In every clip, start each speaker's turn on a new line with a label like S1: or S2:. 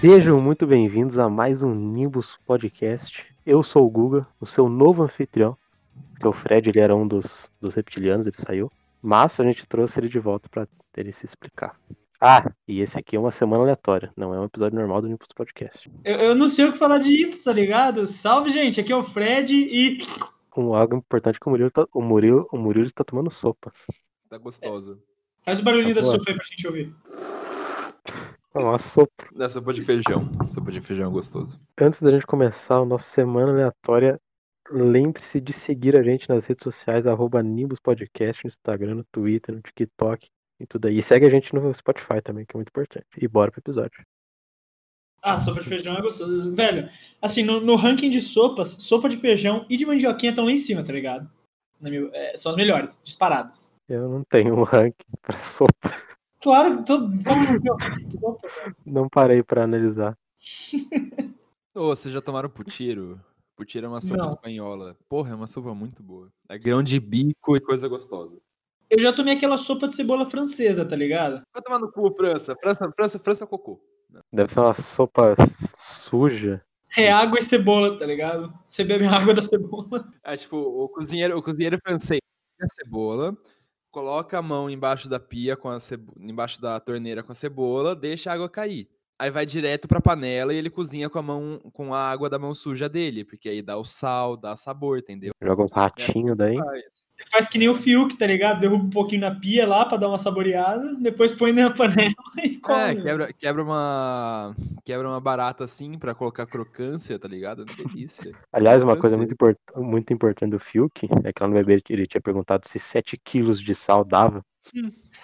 S1: Sejam muito bem-vindos a mais um Nimbus Podcast. Eu sou o Guga, o seu novo anfitrião, porque o Fred ele era um dos, dos reptilianos, ele saiu, mas a gente trouxe ele de volta para ele se explicar. Ah, e esse aqui é uma semana aleatória, não é um episódio normal do Nimbus Podcast.
S2: Eu, eu não sei o que falar direito, tá ligado? Salve, gente, aqui é o Fred e.
S1: Um, algo importante que o Murilo, tá- o, Murilo, o Murilo está tomando sopa.
S3: Tá gostosa.
S2: Faz o barulhinho da
S1: Agora.
S2: sopa aí pra gente ouvir.
S1: É uma sopa.
S3: É sopa de feijão. Sopa de feijão é gostoso.
S1: Antes da gente começar o nosso semana aleatória, lembre-se de seguir a gente nas redes sociais, arroba Nimbus Podcast, no Instagram, no Twitter, no TikTok e tudo aí. E segue a gente no Spotify também, que é muito importante. E bora pro episódio.
S2: Ah, sopa de feijão é gostoso. Velho, assim, no, no ranking de sopas, sopa de feijão e de mandioquinha estão lá em cima, tá ligado? Na minha- é, são as melhores, disparadas.
S1: Eu não tenho um ranking pra sopa.
S2: Claro que todo mundo sopa.
S1: Não parei pra analisar.
S3: Ô, vocês já tomaram putiro? Putiro é uma sopa
S2: Não.
S3: espanhola. Porra, é uma sopa muito boa. É grão de bico e coisa gostosa.
S2: Eu já tomei aquela sopa de cebola francesa, tá ligado?
S3: Vai tomar no cu, França. França, França, França é cocô.
S1: Deve ser uma sopa suja.
S2: É água e cebola, tá ligado? Você bebe a água da cebola.
S3: É tipo, o cozinheiro, o cozinheiro francês pega a cebola, coloca a mão embaixo da pia com a cebo... embaixo da torneira com a cebola, deixa a água cair. Aí vai direto pra panela e ele cozinha com a mão com a água da mão suja dele, porque aí dá o sal, dá sabor, entendeu?
S1: Joga uns ratinhos daí.
S3: Faz.
S2: Você faz que nem o Fiuk, tá ligado? Derruba um pouquinho na pia lá pra dar uma saboreada, depois põe na panela e
S3: É,
S2: come.
S3: quebra, quebra uma quebra uma barata assim pra colocar crocância, tá ligado? Que Delícia.
S1: Aliás, uma
S3: Francês.
S1: coisa muito, import- muito importante do Fiuk é que lá no bebê ele tinha perguntado se 7 quilos de sal dava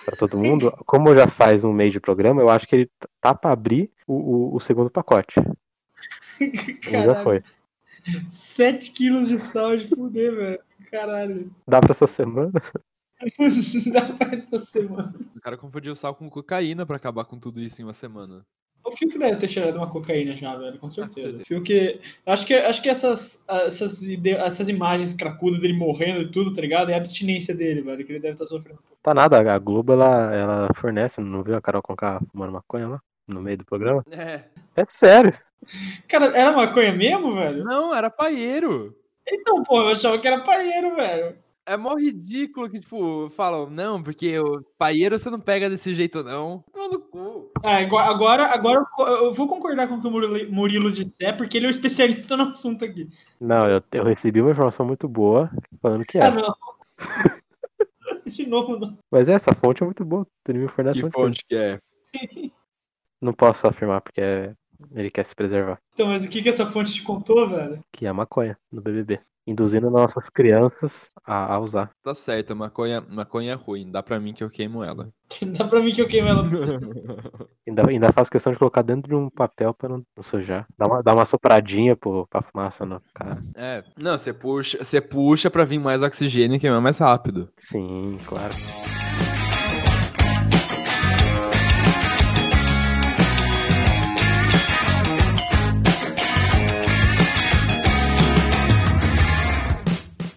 S1: pra todo mundo. Como já faz um mês de programa, eu acho que ele t- tá pra abrir o, o- o segundo pacote. Ele Já foi.
S2: 7 quilos de sal de fuder, velho. Caralho.
S1: Dá pra essa semana?
S2: Não dá pra essa semana.
S3: O cara confundiu sal com cocaína pra acabar com tudo isso em uma semana.
S2: O Fiuk deve ter cheirado uma cocaína já, velho, com
S3: com
S2: certeza.
S3: certeza.
S2: O Fiuk. Acho que, acho que essas, essas, ide- essas imagens cracudas dele morrendo e tudo, tá ligado? É a abstinência dele, velho, que ele deve estar sofrendo.
S1: Tá nada, a Globo ela, ela fornece, não viu a Carol Conká fumando maconha lá? No meio do programa?
S3: É.
S1: É sério.
S2: Cara, era maconha mesmo, velho?
S3: Não, era paieiro.
S2: Então, pô, eu achava que era palheiro, velho.
S3: É mó ridículo que, tipo, falam, não, porque o paieiro você não pega desse jeito, não. Toma no cu.
S2: Ah, agora, agora, agora eu co- eu vou concordar com o que o Murilo, Murilo disse, é porque ele é o especialista no assunto aqui.
S1: Não, eu, eu recebi uma informação muito boa falando que é.
S2: Ah, não. De novo, não.
S1: Mas essa fonte é muito boa. Ele me fornece
S3: Que
S1: muito
S3: fonte que é?
S1: Não posso afirmar porque é- ele quer se preservar.
S2: Então, mas o que, que essa fonte te contou, velho?
S1: que é a maconha no BBB, induzindo nossas crianças a, a usar.
S3: Tá certo, maconha, maconha é ruim. Dá pra mim que eu queimo ela.
S2: Dá pra mim que eu queimei ela pra você.
S1: Ainda, ainda faço questão de colocar dentro de um papel pra não, não sujar. Dá uma, dá uma sopradinha pro, pra fumaça não ficar.
S3: É. Não, você puxa, você puxa pra vir mais oxigênio e queimar mais rápido.
S1: Sim, claro.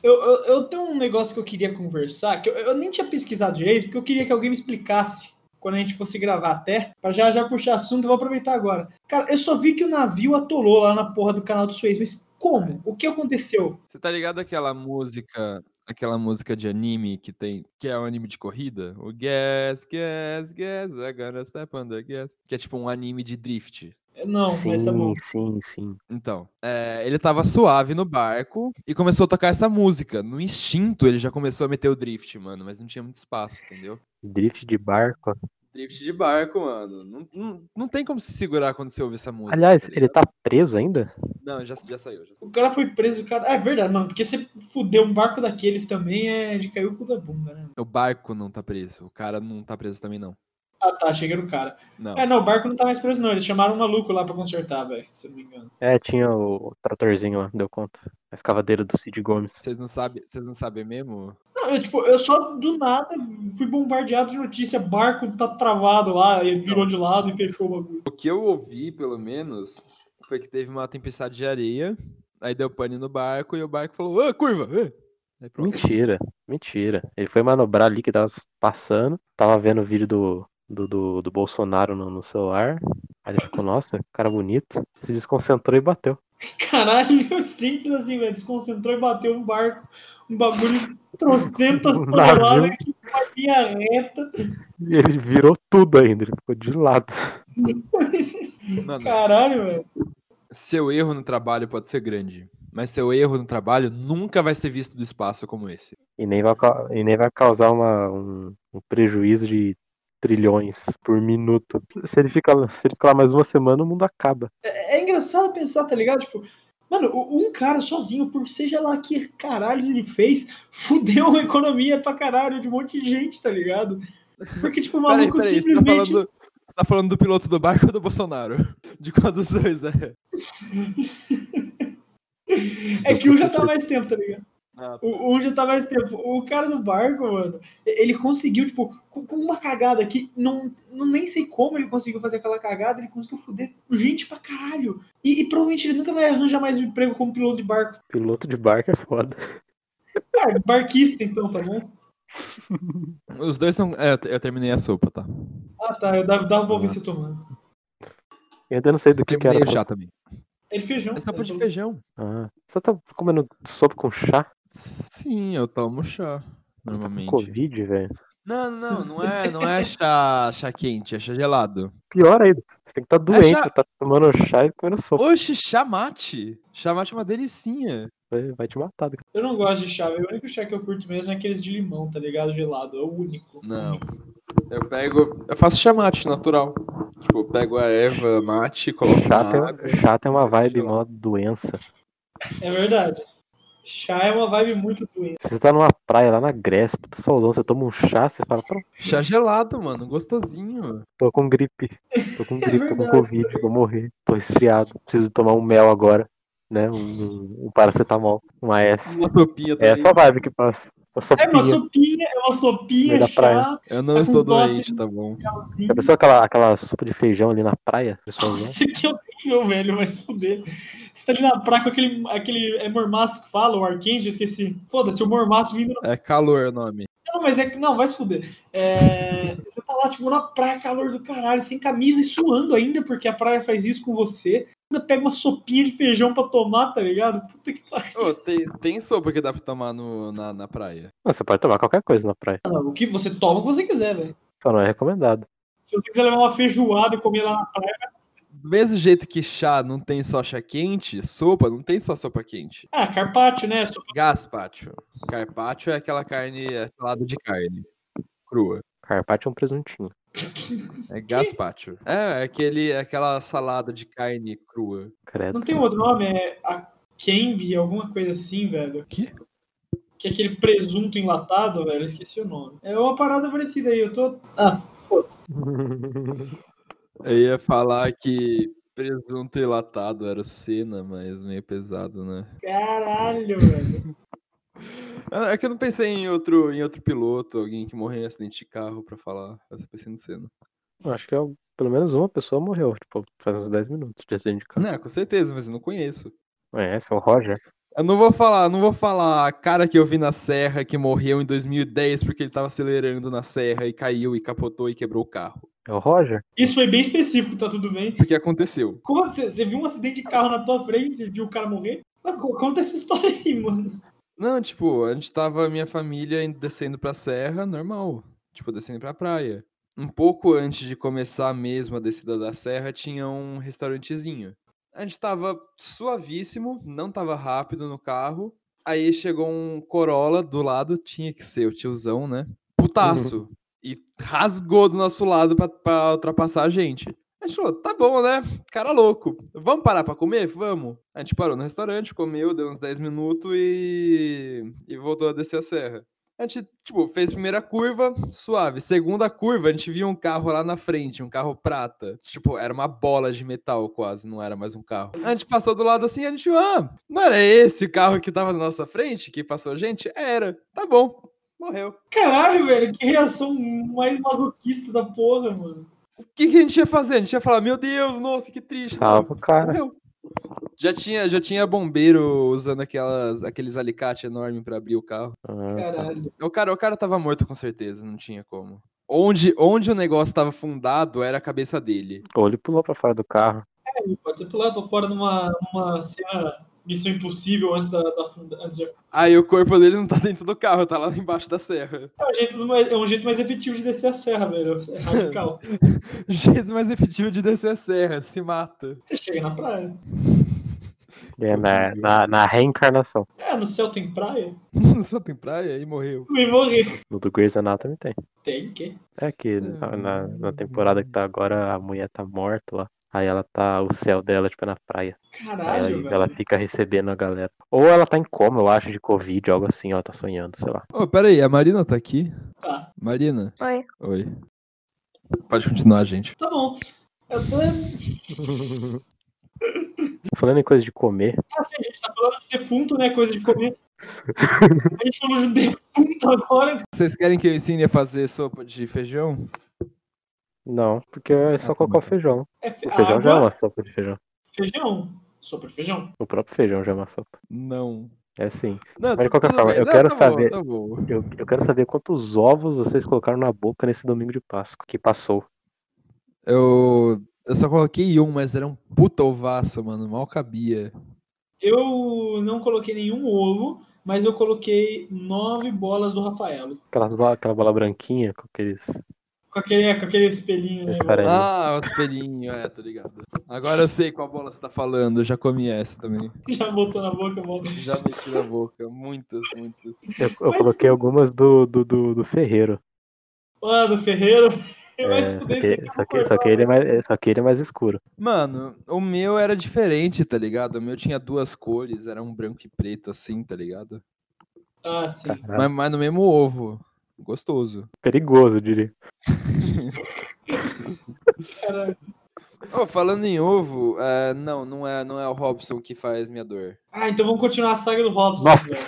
S2: Eu, eu, eu tenho um negócio que eu queria conversar, que eu, eu nem tinha pesquisado direito, porque eu queria que alguém me explicasse quando a gente fosse gravar até, pra já, já puxar assunto, eu vou aproveitar agora. Cara, eu só vi que o navio atolou lá na porra do canal do Suez, mas como? O que aconteceu?
S3: Você tá ligado aquela música, aquela música de anime que tem, que é um anime de corrida? O Gas, Gas, Gas, I gotta step on the gas. Que é tipo um anime de drift.
S2: Não,
S1: sim,
S2: mas tá bom.
S1: sim, sim.
S3: Então, é, ele tava suave no barco e começou a tocar essa música. No instinto ele já começou a meter o drift, mano, mas não tinha muito espaço, entendeu?
S1: Drift de barco.
S3: Drift de barco, mano. Não, não, não tem como se segurar quando você ouve essa música.
S1: Aliás,
S3: tá
S1: ele tá preso ainda?
S3: ligado? Não, já, já saiu. Já.
S2: O cara foi preso, o cara. Ah, é verdade, mano, porque você fudeu um barco daqueles também é de cair o cu da bunda, né?
S3: O barco não tá preso. O cara não tá preso também, não.
S2: Ah, tá, cheguei no cara.
S3: Não.
S2: É, não, o barco não tá mais preso, não. Eles chamaram um maluco lá pra consertar, velho, se eu não me engano.
S1: É, tinha o tratorzinho lá, deu conta. A escavadeira do Cid Gomes.
S3: Vocês não sabem, vocês não sabem mesmo?
S2: Não, eu, tipo, eu só do nada fui bombardeado de notícia, barco tá travado lá, e virou de lado e fechou o bagulho.
S3: O que eu ouvi, pelo menos, foi que teve uma tempestade de areia, aí deu pane no barco e o barco falou, ah, curva! ah!" Aí pronto.
S1: Mentira, mentira. Ele foi manobrar ali que tava passando. Tava vendo o vídeo do, do, do, do Bolsonaro no, no celular. Aí ele ficou, nossa, cara bonito. Se desconcentrou e bateu.
S2: Caralho, simples assim, velho. Desconcentrou e bateu um barco, um bagulho de trocentas
S1: Um
S2: toneladas
S1: navio.
S2: que cabia reta.
S1: E ele virou tudo ainda, ele ficou de lado.
S3: Mano,
S2: Caralho, velho.
S3: seu erro no trabalho pode ser grande, mas seu erro no trabalho nunca vai ser visto do espaço como esse.
S1: E nem vai, ca- e nem vai causar uma, um, um prejuízo de trilhões por minuto. Se ele, fica, se ele ficar lá mais uma semana, o mundo acaba.
S2: É é engraçado pensar, tá ligado? Tipo, mano, o- um cara sozinho, por seja lá que caralho ele fez, fudeu a economia pra caralho de um monte de gente, tá ligado? Porque, tipo, o
S3: Peraí,
S2: maluco
S3: peraí, você tá,
S2: simplesmente.
S3: falando, você tá falando do piloto do barco ou do Bolsonaro? De qual dos dois é? Então
S2: É que um já tá mais tempo, tá ligado?
S3: Ah,
S2: O um já tá mais tempo. O cara do barco, mano, ele conseguiu, tipo, com com uma cagada que não, não nem sei como ele conseguiu fazer aquela cagada, ele conseguiu foder gente pra caralho. E, e provavelmente ele nunca vai arranjar mais um emprego como piloto de barco.
S1: Piloto de barco é foda.
S2: Ah, barquista, então, tá bom?
S3: Os dois são. É, eu te- eu terminei a sopa, tá?
S2: Ah, tá. Eu dava, dava pra ouvir você tomando.
S1: Eu ainda não sei do que, que era.
S3: Terminei o chá também.
S2: É de feijão.
S3: É sopa
S2: cara,
S3: de
S2: falou.
S3: feijão.
S1: Ah, você tá comendo sopa com chá?
S3: Sim, eu tomo chá.
S1: Você tá com
S3: Normalmente.
S1: Covid, velho.
S3: Não, não, não é, não é chá, chá quente, é chá gelado.
S1: Pior ainda. Você tem que estar
S2: É,
S1: doente,
S3: chá.
S1: tá tomando chá e comendo sopa.
S3: Oxe, chá mate. Chá mate é uma delicinha.
S1: Vai, vai te matar. daqui-
S2: Eu não gosto de chá. velho. O único chá que eu curto mesmo é aqueles de limão, tá ligado? Gelado. É o único.
S3: Não. Eu pego. Eu faço chá mate natural. Tipo, eu pego a erva mate, coloco
S1: Chá
S3: na água.
S1: tem, um chá tem uma vibe
S3: Sei lá.
S1: mó doença.
S2: É verdade. Chá é uma vibe muito doente.
S1: Se você tá numa praia lá na Grécia, puta solzão, você toma um chá, você fala, pronto,
S3: Chá gelado, mano, gostosinho.
S1: tô com gripe, tô com gripe, tô com
S2: É verdade,
S1: Covid, vou morrer, tô resfriado, preciso tomar um mel agora, né? Um, um paracetamol, uma S.
S3: Uma sopinha
S1: É
S3: também.
S1: essa vibe que passa. Uma
S2: É uma
S1: sopinha.
S2: sopinha, é uma sopinha,
S1: Meio da
S2: chá.
S1: praia.
S3: Eu não
S2: Tá com
S3: estou
S2: tosse.
S3: doente, tá bom?
S1: Já pensou aquela, aquela sopa de feijão ali na praia? pessoalzão?
S2: Você tem horrível, velho, vai se fuder. Você tá ali na praia com aquele, aquele é mormaço que fala, o arcade, eu esqueci. Foda-se, o mormaço vindo
S3: É calor o nome.
S2: Não, mas é que. Não, vai se fuder. É, você tá lá, tipo, na praia, calor do caralho, sem camisa e suando ainda, porque a praia faz isso com você. Ainda pega uma sopinha de feijão pra tomar, tá ligado? Puta que pariu.
S3: Ô, tem, tem sopa que dá pra tomar no, na, na praia.
S1: Não, você pode tomar qualquer coisa na praia,
S2: Não, O que você toma o que você quiser, velho.
S1: só não é recomendado.
S2: Se você quiser levar uma feijoada e comer lá na praia.
S3: Do mesmo jeito que chá não tem só chá quente, sopa não tem só sopa quente.
S2: Ah, carpaccio, né? Sopa-
S3: Gaspacho. Carpaccio é aquela carne, é salada de carne crua.
S1: Carpaccio é um presuntinho.
S3: É gaspacho. É, é aquele, é aquela salada de carne crua.
S1: Credo.
S2: Não tem outro nome, é a Kembi, alguma coisa assim, velho.
S3: Quê?
S2: Que é aquele presunto enlatado, velho. eu Esqueci o nome. É uma parada parecida aí, eu tô. Ah, foda-se.
S3: Eu ia falar que presunto enlatado era o Senna, mas meio pesado, né?
S2: Caralho, velho.
S3: É é que eu não pensei em outro, em outro piloto, alguém que morreu em acidente de carro pra falar. Eu só pensei no Senna.
S1: Eu Acho que eu- pelo menos uma pessoa morreu, tipo, faz uns 10 minutos de acidente de carro.
S3: Não, com certeza, mas eu não conheço.
S1: É, esse é o Roger.
S3: Eu não vou falar, não vou falar a cara que eu vi na serra que morreu em 2010 porque ele tava acelerando na serra e caiu e capotou e quebrou o carro.
S1: É o Roger.
S2: Isso foi bem específico, tá tudo bem.
S3: Porque aconteceu.
S2: Como assim? Você viu um acidente de carro na tua frente e viu o cara morrer? Mas co- Conta essa história aí, mano.
S3: Não, tipo, a gente tava, minha família, indo- descendo pra serra, normal. Tipo, descendo pra praia. Um pouco antes de começar mesmo a descida da serra, tinha um restaurantezinho. A gente tava suavíssimo, não tava rápido no carro. Aí chegou um Corolla do lado, tinha que ser o tiozão, né? Putaço. E rasgou do nosso lado pra, pra ultrapassar a gente. A gente falou, tá bom, né? Cara louco. Vamos parar pra comer? Vamos. A gente parou no restaurante, comeu, deu uns 10 minutos e... e voltou a descer a serra. A gente, tipo, fez primeira curva, suave. Segunda curva, a gente viu um carro lá na frente, um carro prata. Tipo, era uma bola de metal quase, não era mais um carro. A gente passou do lado assim, a gente, ah, não era esse o carro que tava na nossa frente, que passou a gente? Era. Tá bom. Morreu.
S2: Caralho, velho, que reação mais masoquista da porra, mano.
S3: O que, que a gente ia fazer? A gente ia falar, meu Deus, nossa, que triste. Não,
S1: Salva o cara.
S3: Morreu. Já tinha, já tinha bombeiro usando aquelas, aqueles alicates enormes pra abrir o carro.
S1: Ah, tá.
S2: Caralho.
S3: O cara, o cara tava morto com certeza, não tinha como. Onde, onde o negócio estava fundado era a cabeça dele.
S1: Ou ele pulou pra fora do carro.
S2: É, ele pode ter pulado fora numa, numa cena Missão Impossível antes da, da funda- antes de...
S3: Aí o corpo dele não tá dentro do carro, tá lá embaixo da serra.
S2: é, um jeito mais, é um jeito mais efetivo de descer a serra, velho. É radical.
S3: Jeito mais efetivo de descer a serra, se mata.
S2: Você chega na praia.
S1: É, na, na, na reencarnação.
S2: É, no céu tem praia.
S3: Só tem praia e morreu.
S2: Me morrer.
S1: No do Grey's Anatomy tem.
S2: Tem que.
S1: É que na, na- na temporada que tá agora, a mulher tá morta lá. Aí ela tá, o céu dela, tipo, é na praia. Aí
S2: Caralho,
S1: ela,
S2: velho.
S1: ela fica recebendo a galera. Ou ela tá em coma, eu acho, de Covid, algo assim, ela tá sonhando, sei lá.
S3: Ô, pera aí, a Marina tá aqui?
S2: Tá.
S3: Marina?
S4: Oi.
S3: Oi. Pode continuar, gente.
S2: Tá bom. Eu tô... é
S1: Falando em coisa de comer,
S2: Assim, a gente tá falando de defunto, né? Coisa de comer. A gente falou de um defunto agora.
S3: Vocês querem que eu ensine a fazer sopa de feijão?
S1: não, porque é só
S3: Ah,
S1: colocar o
S3: tá.
S1: feijão.
S2: É
S1: O
S2: fe...
S1: feijão
S2: água,
S1: já é uma sopa de feijão.
S2: feijão. Sopa de feijão.
S1: O próprio feijão já é uma sopa.
S3: Não.
S1: É sim.
S3: Não,
S1: Mas de
S3: tu-
S1: qualquer
S3: tudo
S1: forma,
S3: bem.
S1: eu
S3: Não,
S1: quero
S3: tá bom,
S1: saber-
S3: tá bom.
S1: Eu, eu quero saber quantos ovos vocês colocaram na boca nesse domingo de Páscoa que passou.
S3: Eu, eu só coloquei um, mas era um puta ovaço, mano. Mal cabia.
S2: Eu não coloquei nenhum ovo, mas eu coloquei nove bolas do Rafaelo.
S1: Aquelas bola- aquela bola branquinha com aqueles.
S2: Com aquele, é, com aquele espelhinho, né?
S1: Esse cara É.
S3: Ah, o espelhinho, é, tô ligado. Agora eu sei qual bola você tá falando, eu já comi essa também.
S1: é
S2: Já botou na boca, mano.
S3: Já meti na boca, muitas, muitas.
S1: Eu, eu
S2: Mas-
S1: coloquei algumas do, do, do, do Ferreiro.
S2: Mano, Ah, Ferreiro. Ele vai
S1: É,
S2: se
S1: só,
S2: fuder,
S1: que,
S2: você
S1: só,
S2: quer
S1: que, só, que
S2: concordar,
S1: ele é
S2: mas-
S1: mais, só que ele é mais escuro.
S3: Mano, o meu era diferente, tá ligado? O meu tinha duas cores, era um branco e preto assim, tá ligado?
S2: Ah, sim.
S1: Caralho,
S3: Mas, mas no mesmo ovo. Gostoso.
S1: É Perigoso, eu diria.
S2: Caralho.
S3: Ô, falando em ovo, é, não, não é, não é o Robson que faz minha dor.
S2: Ah, então vamos continuar a saga do Robson.
S1: Nossa.
S2: velho.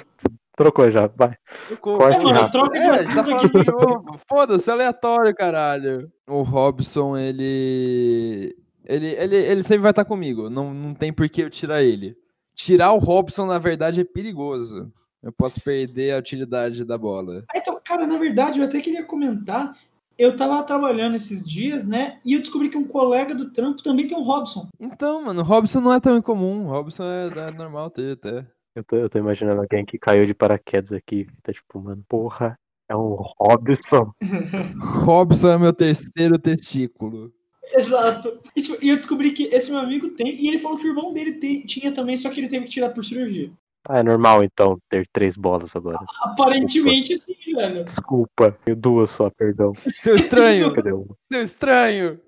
S1: Trocou já, vai. Corte
S2: É, mano,
S1: rápido.
S2: troca de
S3: É, a gente tá
S2: assunto
S3: falando
S2: aqui.
S3: de ovo. Foda-se, aleatório, caralho. O Robson, ele. Ele, ele, ele sempre vai estar comigo. Não, não tem por que eu tirar ele. Tirar o Robson, na verdade, é perigoso. Eu posso perder a utilidade da bola.
S2: Ah, Então, cara, na verdade, eu até queria comentar. Eu tava trabalhando esses dias, né? E eu descobri que um colega do trampo também tem um Robson.
S3: Então, mano, Robson não é tão incomum. Robson é, é normal ter até.
S1: Eu tô, eu tô imaginando alguém que caiu de paraquedas aqui. Tá tipo, mano, porra, é um Robson.
S3: Robson é meu terceiro testículo.
S2: Exato. E, tipo, e eu descobri que esse meu amigo tem, e ele falou que o irmão dele tem- tinha também, só que ele teve que tirar por cirurgia.
S1: Ah, é normal então ter três bolas agora.
S2: Aparentemente, sim, velho.
S1: Desculpa, tenho duas só, perdão.
S3: Seu estranho!
S1: Cadê uma?
S3: seu estranho!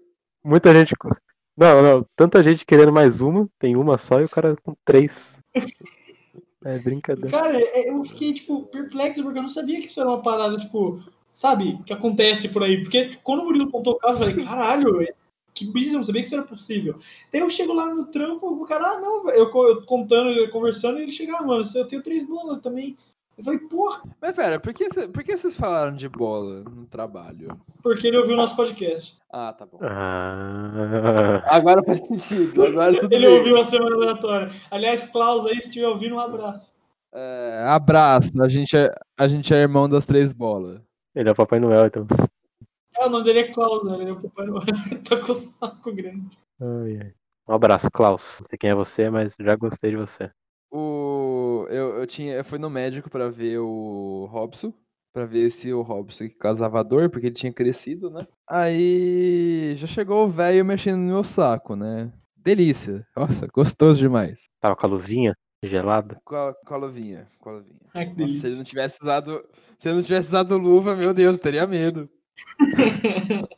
S1: Muita gente. com- Não, não, tanta gente querendo mais uma, tem uma só e o cara com três. É
S3: né?
S1: brincadeira.
S2: Cara, é- eu fiquei, tipo, perplexo, porque eu não sabia que isso era uma parada, tipo, sabe, que acontece por aí. Porque tipo, quando o Murilo contou o caso, eu falei, caralho, é- que brisa, eu não sabia que isso era possível. Daí eu chego lá no trampo, o cara, ah, não, velho", eu, co- eu contando, ele conversando, e ele chega, ah, mano, eu tenho três bolas também. Eu falei, porra,
S3: Mas pera, por que, cê- por que vocês falaram de bola no trabalho?
S2: porque ele ouviu o nosso podcast.
S3: Ah, tá bom.
S1: Ah,
S3: Agora faz sentido, agora é tudo
S2: ele
S3: bem.
S2: ouviu a semana aleatória. Aliás, Klaus aí, se estiver ouvindo, um abraço.
S3: É, abraço, a gente, é, a gente é irmão das três bolas.
S1: ele é o Papai Noel, então.
S2: É, o nome dele é Klaus, né? Ele é o papai Noel. Tá com o saco grande.
S1: Ai, ai. Um abraço, Klaus. Não sei quem é você, mas já gostei de você.
S3: O, eu, eu, tinha, eu fui no médico pra ver o Robson, pra ver se o Robson que causava dor, porque ele tinha crescido, né? Aí já chegou o velho mexendo no meu saco, né? Delícia, nossa, gostoso demais.
S1: Tava com a luvinha gelada.
S3: Com a, com a luvinha, com a luvinha.
S2: Ah, que
S3: Nossa, se ele
S2: delícia.
S3: não tivesse usado, se ele não tivesse usado luva, meu Deus, eu teria medo.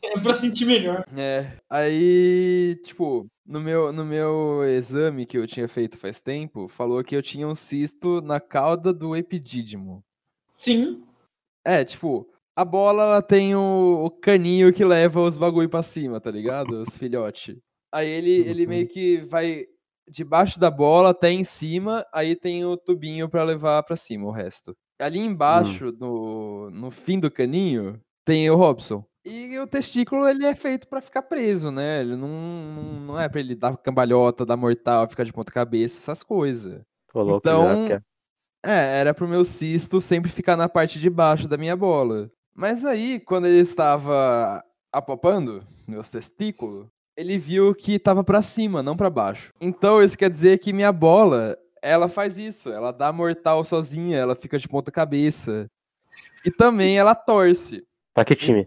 S2: É pra sentir melhor.
S3: É, aí, tipo, no meu, no meu exame que eu tinha feito faz tempo, falou que eu tinha um cisto na cauda do epidídimo.
S2: Sim,
S3: É, tipo, a bola ela tem o, o caninho que leva os bagulho pra cima, tá ligado? Os filhote. Aí ele, ele meio que vai debaixo da bola até em cima, aí tem o tubinho pra levar pra cima o resto. Ali embaixo, no, no fim do caninho, tem o Robson. E o testículo, ele é feito pra ficar preso, né? Ele não, não não é pra ele dar cambalhota, dar mortal, ficar de ponta cabeça, essas coisas.
S1: Tô louco,
S3: Então,
S1: já que é.
S3: É, era pro meu cisto sempre ficar na parte de baixo da minha bola. Mas aí, quando ele estava apopando meus testículos, ele viu que estava para cima, não para baixo. Então isso quer dizer que minha bola, ela faz isso, ela dá mortal sozinha, ela fica de ponta cabeça. E também ela torce.
S1: Pra que time?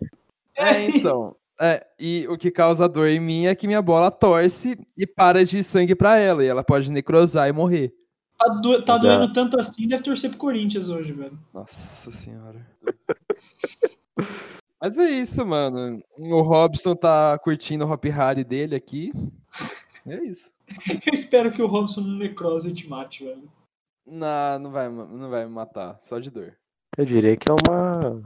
S3: É, então. É, e o que causa dor em mim é que minha bola torce e para de ir sangue para ela, e ela pode necrosar e morrer.
S2: Tá, do- tá
S1: Já.
S2: doendo tanto assim, deve torcer pro Corinthians hoje, velho.
S3: Nossa senhora. Mas é isso, mano. O Robson tá curtindo o Hop Harry dele aqui. É isso.
S2: Eu espero que o Robson no necrose te mate, velho.
S3: Não, não vai, ma- não vai me matar, só de dor.
S1: Eu diria que é uma,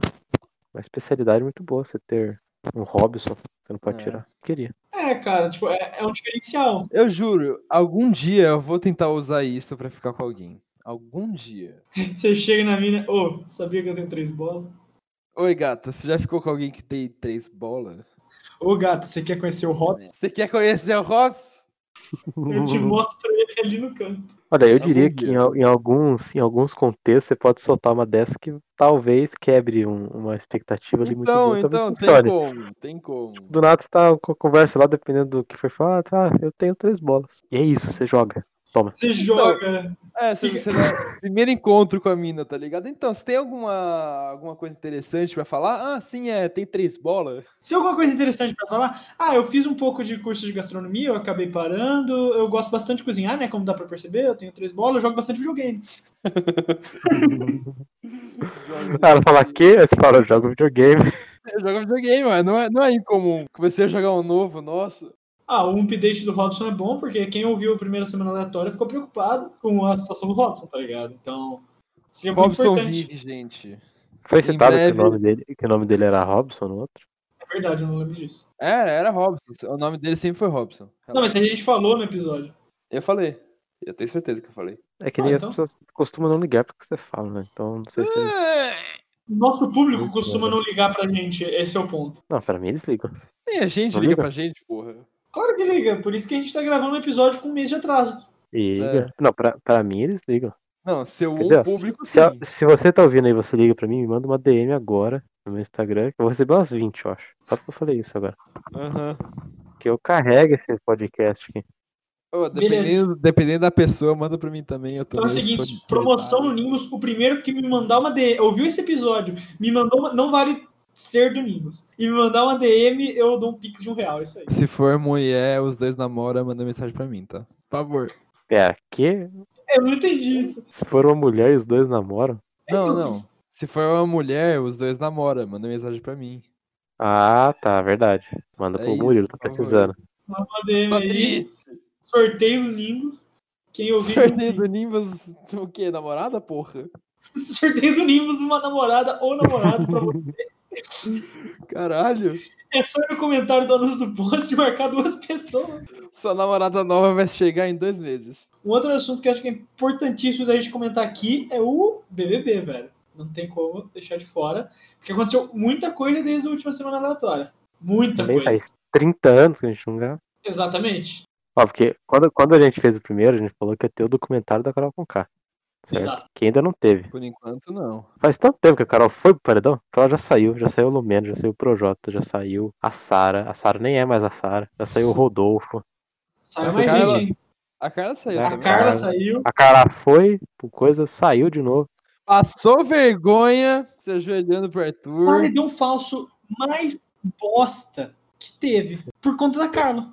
S1: uma especialidade muito boa você ter um hobby só. Você não pode
S3: É.
S1: tirar. Queria.
S2: É, cara, tipo, é, é um diferencial.
S3: Eu juro, algum dia eu vou tentar usar isso pra ficar com alguém. Algum dia.
S2: Você chega na mina, ô, sabia que eu tenho três bolas?
S3: Oi, gata, você já ficou com alguém que tem três bolas?
S2: Ô, gato, você quer conhecer o Robson?
S3: Você quer conhecer o Robson?
S2: Eu te mostro ele ali no canto.
S1: Olha, eu
S3: Algum
S1: diria que em,
S3: dia.
S1: al- em alguns, em alguns contextos você pode soltar uma dessa que talvez quebre um- uma expectativa ali muito
S3: Então,
S1: boa, talvez
S3: então, tem
S1: funcione.
S3: como, tem como.
S1: Do nada você tá com a conversa lá, dependendo do que foi falado, ah, eu tenho três bolas. E é isso, você joga. Toma.
S2: Você joga.
S3: É, você,
S2: Fica-
S3: você dá primeiro encontro com a mina, tá ligado? Então, se tem alguma, alguma coisa interessante pra falar, ah, sim, é, tem três bolas.
S2: Se tem alguma coisa interessante pra falar, ah, eu fiz um pouco de curso de gastronomia, eu acabei parando, eu gosto bastante de cozinhar, né? Como dá pra perceber, eu tenho três bolas, eu jogo bastante videogame.
S3: Hum.
S1: Ah, Ela fala que? Aí você fala, eu jogo videogame.
S3: Eu jogo videogame, mas não é, não é incomum. Comecei a jogar um novo, nossa.
S2: Ah, o update do Robson é bom, porque quem ouviu a primeira semana aleatória ficou preocupado com a situação do Robson, tá ligado? Então, seria muito
S3: Robson
S2: importante.
S3: vive, gente.
S1: Foi
S3: Em
S1: citado que
S3: breve.
S1: o, nome dele, que o nome dele era Robson no outro?
S2: É verdade, eu não lembro disso.
S3: É, era Robson. O nome dele sempre foi Robson.
S2: Não, mas a gente falou no episódio.
S3: Eu falei. Eu tenho certeza que eu falei.
S1: É que
S2: Ah,
S1: nem
S2: então.
S1: as pessoas costumam não ligar pro que você fala, né? Então, não
S3: Ah.
S1: sei se eles...
S2: É. Nosso público
S1: Muito
S2: costuma
S1: bom.
S2: não ligar pra gente, esse é o ponto.
S1: Não, pra mim eles ligam.
S3: Nem a gente
S1: Não
S3: liga
S1: liga?
S3: pra gente, porra.
S2: Claro que liga, por isso que a gente tá gravando um episódio com um mês de atraso.
S1: E
S3: É.
S1: Não, pra, pra mim eles ligam.
S3: Não, seu um
S1: Entendeu?
S3: público sim.
S1: Se, se você tá ouvindo aí, você liga pra mim, me manda uma DM agora no meu Instagram. que Eu vou receber umas 20, eu acho. Só porque eu falei isso agora.
S3: Aham.
S1: Que eu carrego esse podcast aqui.
S3: Ô,
S2: Beleza.
S3: dependendo, dependendo da pessoa, manda pra mim também. Eu
S2: Então é o
S3: também sou
S2: seguinte,
S3: solitário.
S2: promoção no Nimbus, o primeiro que me mandar uma DM, ouviu esse episódio, me mandou uma, não vale ser do Nimbus, e me mandar uma DM, eu dou um pix de um real, é isso aí.
S3: Se for mulher, os dois namoram, manda mensagem pra mim, tá? Por favor.
S1: Pera, que?
S2: Eu não entendi isso.
S1: É, Se for uma mulher e os dois namoram?
S3: Não,
S2: eu-
S3: não. Se for uma mulher, os dois namoram, manda mensagem pra mim.
S1: Ah, tá, verdade. Manda
S3: É
S1: pro
S3: isso,
S1: Murilo, tá
S3: por favor.
S1: precisando.
S2: Manda uma DM aí,
S3: Patrícia,
S2: sorteio no Nimbus, quem ouvir...
S3: Sorteio do Nimbus, o quê? Namorada, porra?
S2: sorteio do Nimbus, uma namorada ou namorado pra você.
S3: Caralho.
S2: É só ir no comentário do anúncio do post e marcar duas pessoas.
S3: Sua namorada nova vai chegar em dois meses.
S2: Um outro assunto que eu acho que é importantíssimo da gente comentar aqui é o BBB, velho. Não tem como deixar de fora. Porque aconteceu muita coisa desde a última semana aleatória. Muita
S1: Também tá
S2: coisa.
S1: faz 30 anos que a gente não grava.
S2: Exatamente.
S1: Ó, porque quando, quando a gente fez o primeiro, a gente falou que ia ter o documentário da Carol Conká. Certo?
S2: Exato.
S1: Que ainda não teve.
S3: Por enquanto, não.
S1: Faz tanto tempo que a Carol foi pro paredão que ela já saiu. Já saiu o Lumena, já saiu o Projota, já saiu a Sara. A Sara nem é mais a Sara. Já saiu o Rodolfo.
S2: Saiu
S1: Essa
S2: mais
S3: Carla-
S2: gente, hein?
S3: A Carla
S1: É,
S3: saiu
S2: A
S3: também.
S2: Carla
S1: Carla.
S2: saiu.
S1: A Carla foi, por coisa, saiu de novo.
S3: Passou vergonha se ajoelhando pro
S2: O
S3: Arthur.
S2: paredão um falso mais bosta que teve. Por conta da Carla.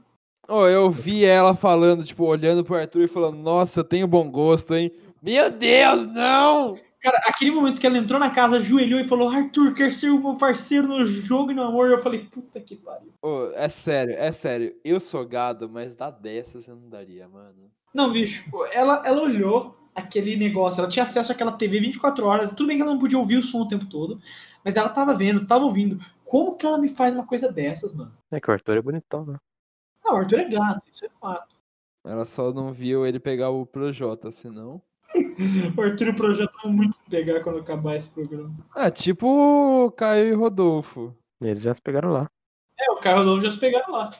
S3: Ô, eu vi ela falando, tipo, olhando pro Arthur e falando, nossa, eu tenho bom gosto, hein? Meu Deus, não!
S2: Cara, aquele momento que ela entrou na casa, ajoelhou e falou: Arthur, quer ser o meu parceiro no jogo e no amor? Eu falei: puta que pariu.
S3: Ô, é sério, é sério. Eu sou gado, mas dá dessas eu não daria, mano.
S2: Não, bicho, ela, ela olhou aquele negócio, ela tinha acesso àquela TV 24 horas, tudo bem que ela não podia ouvir o som o tempo todo, mas ela tava vendo, tava ouvindo. Como que ela me faz uma coisa dessas, mano?
S1: É que o Arthur é bonitão, né?
S2: Não, o Arthur é gato, isso é fato.
S3: Ela só não viu ele pegar o Projota, senão.
S2: O Arthur e o projeto vão muito se pegar quando acabar esse programa.
S3: Ah, tipo o Caio e Rodolfo.
S1: Eles já se pegaram lá.
S2: É, o Caio Novo já se pegaram lá.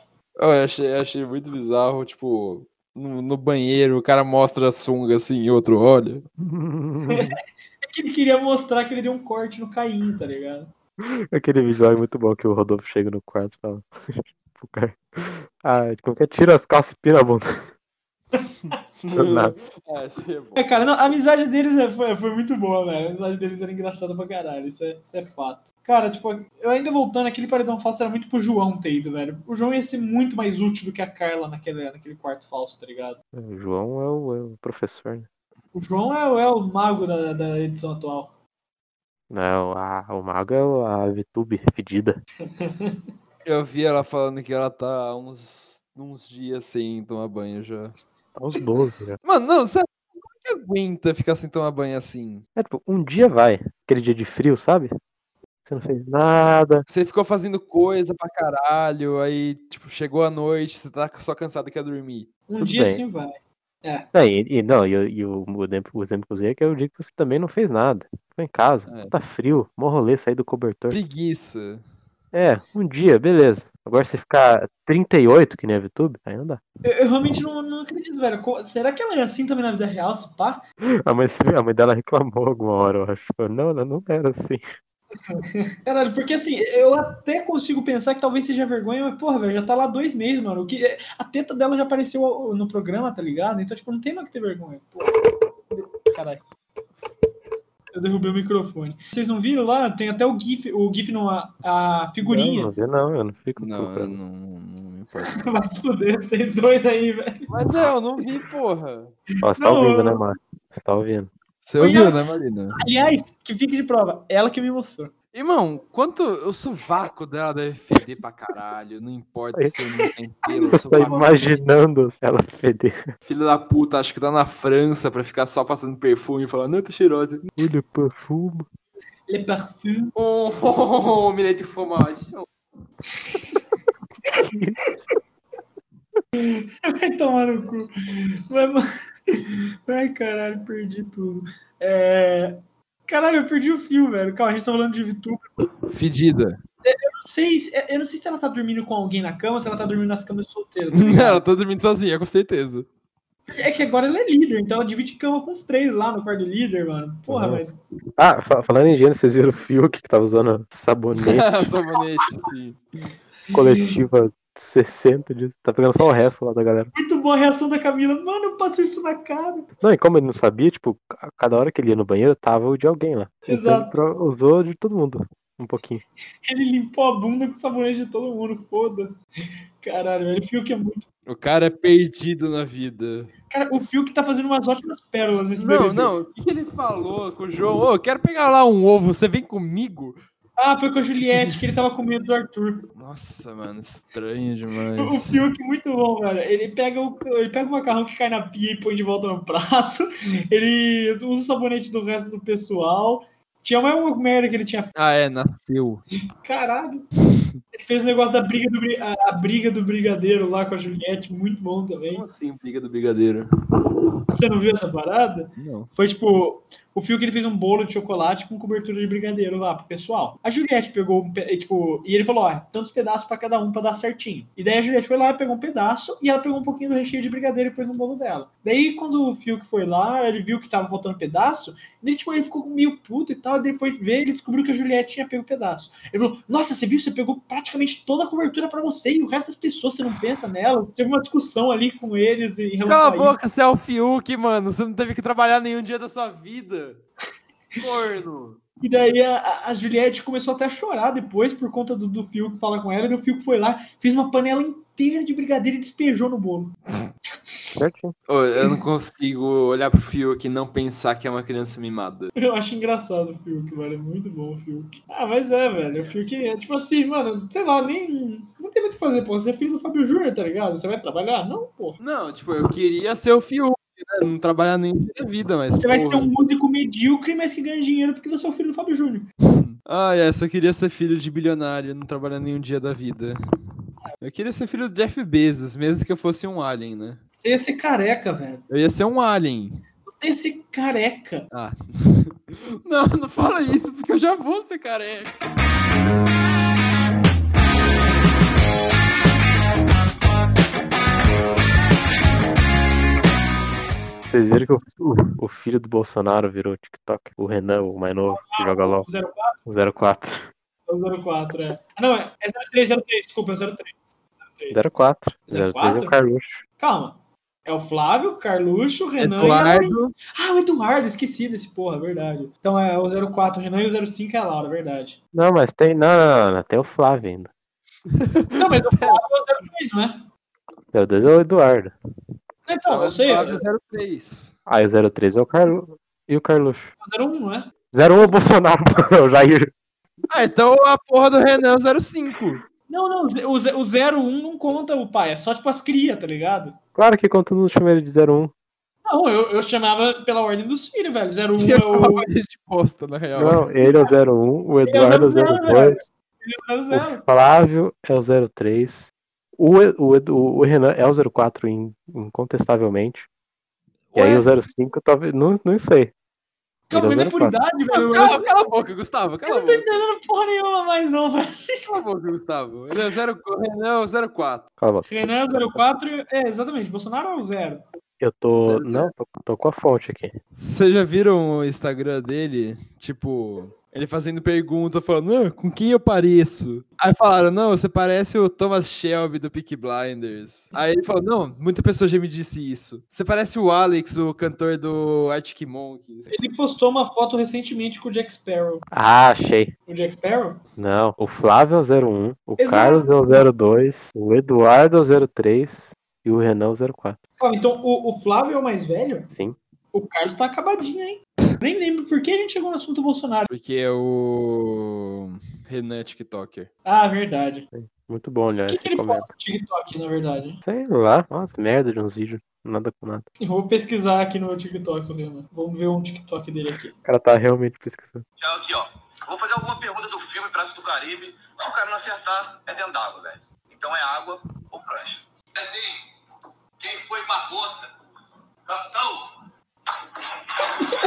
S3: Ô, Eu achei, achei muito bizarro, tipo, no, no banheiro o cara mostra a sunga assim e outro olha.
S2: É que ele queria mostrar que ele deu um corte no Caim, tá ligado?
S1: Aquele visual é muito bom que o Rodolfo chega no quarto e fala. pro cara. Ah, como que é? Tira as calças e pira a bunda. Do nada.
S3: é, esse é bom.
S2: É, cara, não, a amizade deles é- foi, foi muito boa, velho. A amizade deles era engraçada pra caralho, isso é, isso é fato. Cara, tipo, eu ainda voltando, aquele paredão falso era muito pro João ter ido, velho. O João ia ser muito mais útil do que a Carla naquele, naquele quarto falso, tá ligado?
S1: É, O João é o, é o professor, né?
S2: O João é, o- é o mago da, da edição atual.
S1: Não, a, o mago é o- a VTube fedida.
S3: Eu vi ela falando que ela tá há uns, uns dias sem tomar banho já.
S1: Tá uns 12 já.
S3: Mano, não, sabe? Como que aguenta ficar sem tomar banho assim?
S1: É tipo, um dia vai. Aquele dia de frio, sabe? Você não fez nada.
S3: Você ficou fazendo coisa pra caralho, aí, tipo, chegou a noite, você tá só cansado e quer dormir.
S2: Um
S1: Tudo
S2: dia
S1: bem.
S2: sim vai.
S1: É, e, e não, e, o- e o, o exemplo o exemplo que eu usei é que é o dia que você também não fez nada. Ficou em casa,
S3: É.
S1: tá frio, mó rolê, sair do cobertor.
S3: Preguiça.
S1: É, um dia, beleza. Agora você ficar 38, que nem a VTube, aí não dá.
S2: Eu, eu realmente não, não acredito, velho. Co- Será que ela é assim também na vida real, se pá?
S1: A mãe, se- a mãe dela reclamou alguma hora, eu acho. Falou, não, ela não era assim.
S2: Caralho, porque assim, eu até consigo pensar que talvez seja vergonha, mas porra, velho, já tá lá dois meses, mano. O que, a teta dela já apareceu no programa, tá ligado? Então, tipo, não tem mais que ter vergonha. Porra. Caralho. Eu derrubei o microfone. Vocês não viram lá? Tem até o GIF, o GIF não, a, a figurinha.
S1: Não, não, vê, não, eu não fico
S3: Não, eu
S1: procurando.
S3: não, não me importo.
S2: Vai se fuder, vocês dois aí, velho.
S3: Mas é, eu não vi, porra.
S1: Ó, você tá
S2: Não,
S1: ouvindo,
S2: eu-
S1: né, Márcio? Você tá ouvindo.
S3: Você
S2: Foi
S3: ouviu,
S2: ela-
S3: né, Marina?
S2: Aliás, que fique de prova, ela que me mostrou.
S3: Irmão, quanto o sovaco dela deve feder pra caralho, não importa se não tem pelo, o
S1: Você tá
S3: sovaco.
S1: imaginando ela feder.
S3: Filho da puta, acho que tá na França pra ficar só passando perfume e falar, não, eu tô cheirosa.
S1: Olha, perfume.
S2: Le Parfum.
S3: Oh, oh, oh, oh, oh milete fromage.
S2: Vai tomar no cu. Vai, ma- Ai, caralho, perdi tudo. É... Caralho, eu perdi o fio, velho. Calma, a gente tá falando de VTube.
S3: Fedida.
S2: Eu não sei, se- eu não sei se ela tá dormindo com alguém na cama, se ela tá dormindo nas camas solteiras. tá ligado?
S3: Ela tá dormindo sozinha, com certeza.
S2: é que agora ela é líder, então ela divide cama com os três lá no quarto do líder, mano. Porra,
S1: Nossa.
S2: mas.
S1: Ah, fa- falando em higiene, vocês viram o Fiuk que tava usando sabonete
S3: Sabonete, sim.
S1: coletiva 60 dias. Tá pegando só o resto lá da galera.
S2: Muito boa a reação da Camila. Mano, eu passo isso na cara.
S1: Não, e como ele não sabia, tipo, a cada hora que ele ia no banheiro, tava o de alguém lá. Então ele
S2: Exato.
S1: pro- usou de todo mundo. Um pouquinho.
S2: Ele limpou a bunda com o sabonete de todo mundo, foda-se. Caralho, velho. O Fiuk é muito.
S3: O cara é perdido na vida.
S2: Cara, o Fiuk tá fazendo umas ótimas pérolas nesse
S3: Não,
S2: BBB.
S3: não, o que que ele falou com o João? Ô, eu quero pegar lá um ovo, você vem comigo?
S2: Ah, foi com a Juliette que ele tava com medo do Arthur.
S3: Nossa, mano, estranho
S2: O
S3: demais.
S2: Fiuk, é muito bom, velho. Ele pega, o, ele pega o macarrão que cai na pia e põe de volta no prato. Ele usa o sabonete do resto do pessoal. Tinha mais uma merda que ele tinha.
S3: Ah, é, nasceu.
S2: Caralho. Ele fez o negócio da briga do, bri- a, a briga do brigadeiro lá com a Juliette, muito bom também.
S3: Como assim, briga do brigadeiro?
S2: Você não viu essa parada?
S3: Não.
S2: Foi tipo, o Fiuk ele fez um bolo de chocolate com cobertura de brigadeiro lá pro pessoal. A Juliette pegou um, pe- e, tipo, e ele falou, ó, tantos pedaços pra cada um pra dar certinho. E daí a Juliette foi lá, pegou um pedaço e ela pegou um pouquinho do recheio de brigadeiro e pôs no bolo dela. Daí quando o Fiuk foi lá, ele viu que tava faltando pedaço, daí tipo, ele ficou meio puto e tal, e daí foi ver, ele descobriu que a Juliette tinha pego pedaço. Ele falou: "Nossa, você viu, você pegou praticamente toda a cobertura pra você e o resto das pessoas você não pensa nelas". Teve uma discussão ali com eles em relação
S3: Cala a
S2: a isso.
S3: boca, você é o Fiuk, mano. Você não teve que trabalhar nenhum dia da sua vida. Corno.
S2: E daí a- a, a Juliette começou até a chorar depois por conta do, do Fiuk falar com ela. E o Fiuk foi lá, fez uma panela inteira de brigadeiro e despejou no bolo.
S1: Certinho.
S3: Ô, eu não consigo olhar pro Fiuk e não pensar que é uma criança mimada.
S2: Eu acho engraçado o Fiuk, mano. É muito bom o Fiuk. Ah, mas é, velho. O Fiuk é tipo assim, mano, sei lá, nem. Não tem muito o que fazer, pô. Você é filho do Fábio Júnior, tá ligado? Você vai trabalhar? Não, pô.
S3: Não, tipo, eu queria ser o Fiuk, né? Não trabalhar nenhum dia da vida, mas.
S2: Você vai ser
S3: porra.
S2: um músico medíocre, mas que ganha dinheiro porque você é o filho do Fábio Júnior.
S3: Ah, é, só queria ser filho de bilionário, não trabalhar nenhum dia da vida. Eu queria ser filho do Jeff Bezos, mesmo que eu fosse um alien, né?
S2: Você ia ser careca, velho.
S3: Eu ia ser um alien.
S2: Você ia ser careca.
S3: Ah. Não, não fala isso, porque eu já vou ser careca.
S1: Vocês viram que o, o- o filho do Bolsonaro virou TikTok? O Renan, o mais novo, que joga LOL.
S2: Zero
S1: 04.
S2: É o 04, é. Ah, não, é, é 03, 03, desculpa, é 03. 03.
S1: 04. 03 é o
S2: 04?
S1: Carluxo.
S2: Calma. É o Flávio, Carluxo, Renan e a Laurinha.
S3: Eduardo,
S2: Ah, o Eduardo, esqueci desse porra, verdade. Então é o 04 Renan e o 05 é a Laura, verdade.
S1: Não, mas tem. Não, não, não, não, tem o Flávio ainda.
S2: Não, mas o Flávio é o 03, não é?
S1: O 02 é o Eduardo.
S2: Então, eu sei, é
S3: Flávio 03.
S1: Aí o 03 é o Carluxo. E o Carluxo.
S2: o 01, não é?
S1: 01 é o Bolsonaro, o Jair.
S3: Ah, então a porra do Renan é o 05.
S2: Não, não, o ze- o, ze- o 01 não conta o pai, é só tipo as cria, tá ligado?
S1: Claro que quando todo mundo chama ele de 01.
S2: Não, eu, eu chamava pela ordem dos filhos, velho. 01
S3: E
S2: é
S3: eu
S2: o.
S3: chamava ele de bosta, na real.
S1: Não, ele é o 01, o Eduardo é o
S2: 00,
S1: 02,
S2: ele é o 00.
S1: o Flávio é o 03, o, E- o, Edu- o Renan é o 04, in- incontestavelmente. E aí
S3: Ué,
S1: o 05, talvez. Não, não sei.
S2: Calma, mas
S1: Ele é
S2: não é por
S1: 04.
S2: idade, velho.
S3: Cala, cala a boca, Gustavo.
S2: Eu
S3: Cala a
S2: não tô
S3: boca.
S2: entendendo porra nenhuma mais, não, velho.
S3: Cala a boca, Gustavo. Ele é o 04, o Renan é o 04.
S1: Cala a boca.
S2: Renan é o 04, é, exatamente, Bolsonaro é o 0.
S1: Eu tô.
S3: 00.
S1: Não, tô, tô com a fonte aqui.
S3: Vocês já viram o Instagram dele? Tipo, ele fazendo pergunta, falando, "Ah, com quem eu pareço? Aí falaram, não, você parece o Thomas Shelby do Peak Blinders. Aí ele falou, não, muita pessoa já me disse isso. Você parece o Alex, o cantor do Arctic Monkeys.
S2: Ele postou uma foto recentemente com o Jack Sparrow.
S1: Ah, achei.
S2: O Jack Sparrow?
S1: Não, o Flávio é o 01, o
S2: Exato.
S1: Carlos é o 02, o Eduardo é o 03 e o Renan é o 04.
S2: Ó, então o, o Flávio é o mais velho?
S1: Sim.
S2: O Carlos tá acabadinho, hein? Nem lembro por que a gente chegou no assunto Bolsonaro.
S3: Porque é o Renan é TikToker.
S2: Ah, verdade.
S1: Muito bom olhar
S2: O que,
S1: esse
S2: que ele
S1: comentário.
S2: posta no TikTok, na verdade?
S1: Sei lá, nossa, merda de uns vídeos. Nada com nada.
S2: Eu vou pesquisar aqui no meu TikTok, Renan. Vamos ver um TikTok dele aqui.
S1: O cara tá realmente pesquisando.
S4: Então, Aqui, ó. Eu Vou fazer alguma pergunta do filme Piratas do Caribe. Se o cara não acertar, é dentro d'água, velho. Então é água ou prancha. Assim, quem foi Barbosa? Capitão? Capitão,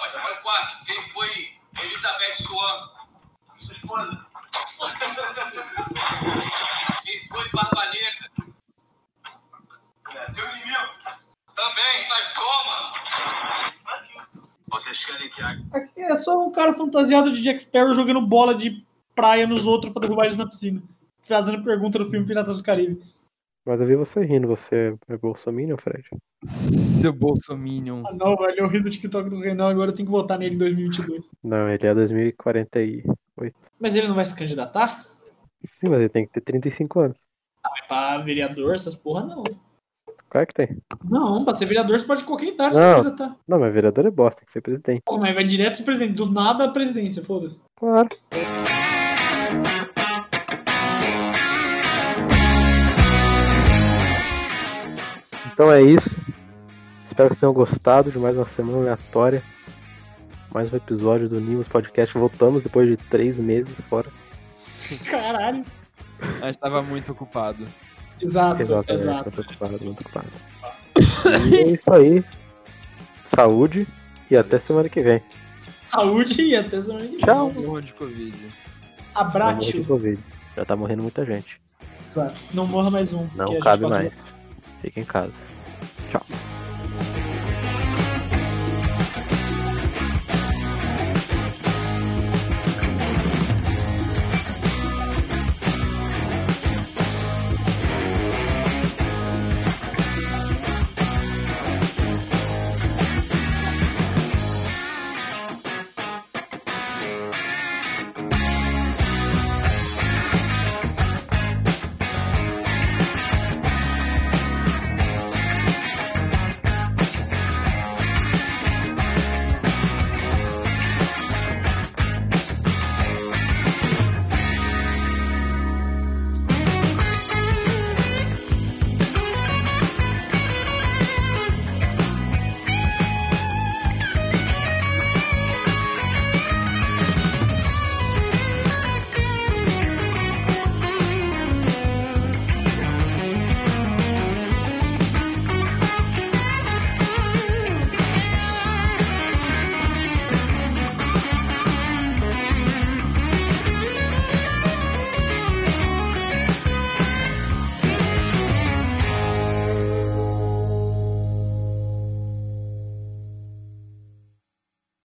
S4: mas foi quatro. Quem foi Elizabeth Swan? Sua esposa. Quem foi É, Barba Negra? Teu inimigo. Também, mas toma! Vocês querem que a
S2: Aqui é só um cara fantasiado de Jack Sparrow jogando bola de praia nos outros pra derrubar eles na piscina. Fazendo pergunta do filme Piratas do Caribe.
S1: Mas eu vi você rindo, você é bolsominion, Fred?
S3: Seu Bolsominion.
S2: Ah, não, velho, eu ri do TikTok do Renan, agora eu tenho que votar nele em 2022.
S1: Não, ele é 2048.
S2: Mas ele não vai se candidatar?
S1: Sim, mas ele tem que ter 35 anos.
S2: Vai pra vereador, essas porra, não.
S1: Claro que tem.
S2: Não, pra ser vereador você pode de qualquer idade
S1: Não.
S2: se candidatar.
S1: Não, mas vereador é bosta, tem que ser presidente.
S2: Pô, mas vai direto pro presidente, do nada a presidência, foda-se.
S1: Claro. Então é isso. Espero que vocês tenham gostado de mais uma semana aleatória. Mais um episódio do Nimbus Podcast. Voltamos depois de três meses fora.
S2: Caralho.
S3: A gente tava muito ocupado.
S2: Exato, exato.
S1: Exatamente, não é, tô ocupado, não tô ocupado. E é isso aí. Saúde e até semana que vem.
S2: Saúde e até semana que vem.
S1: Tchau.
S3: Não morram de Covid.
S1: Vai morrer de
S2: Abraço.
S1: Covid. Já tá morrendo muita gente.
S2: Exato. Não morra mais um. porque a
S1: Não
S2: gente
S1: cabe
S2: passou-
S1: mais. Fica em casa. Tchau.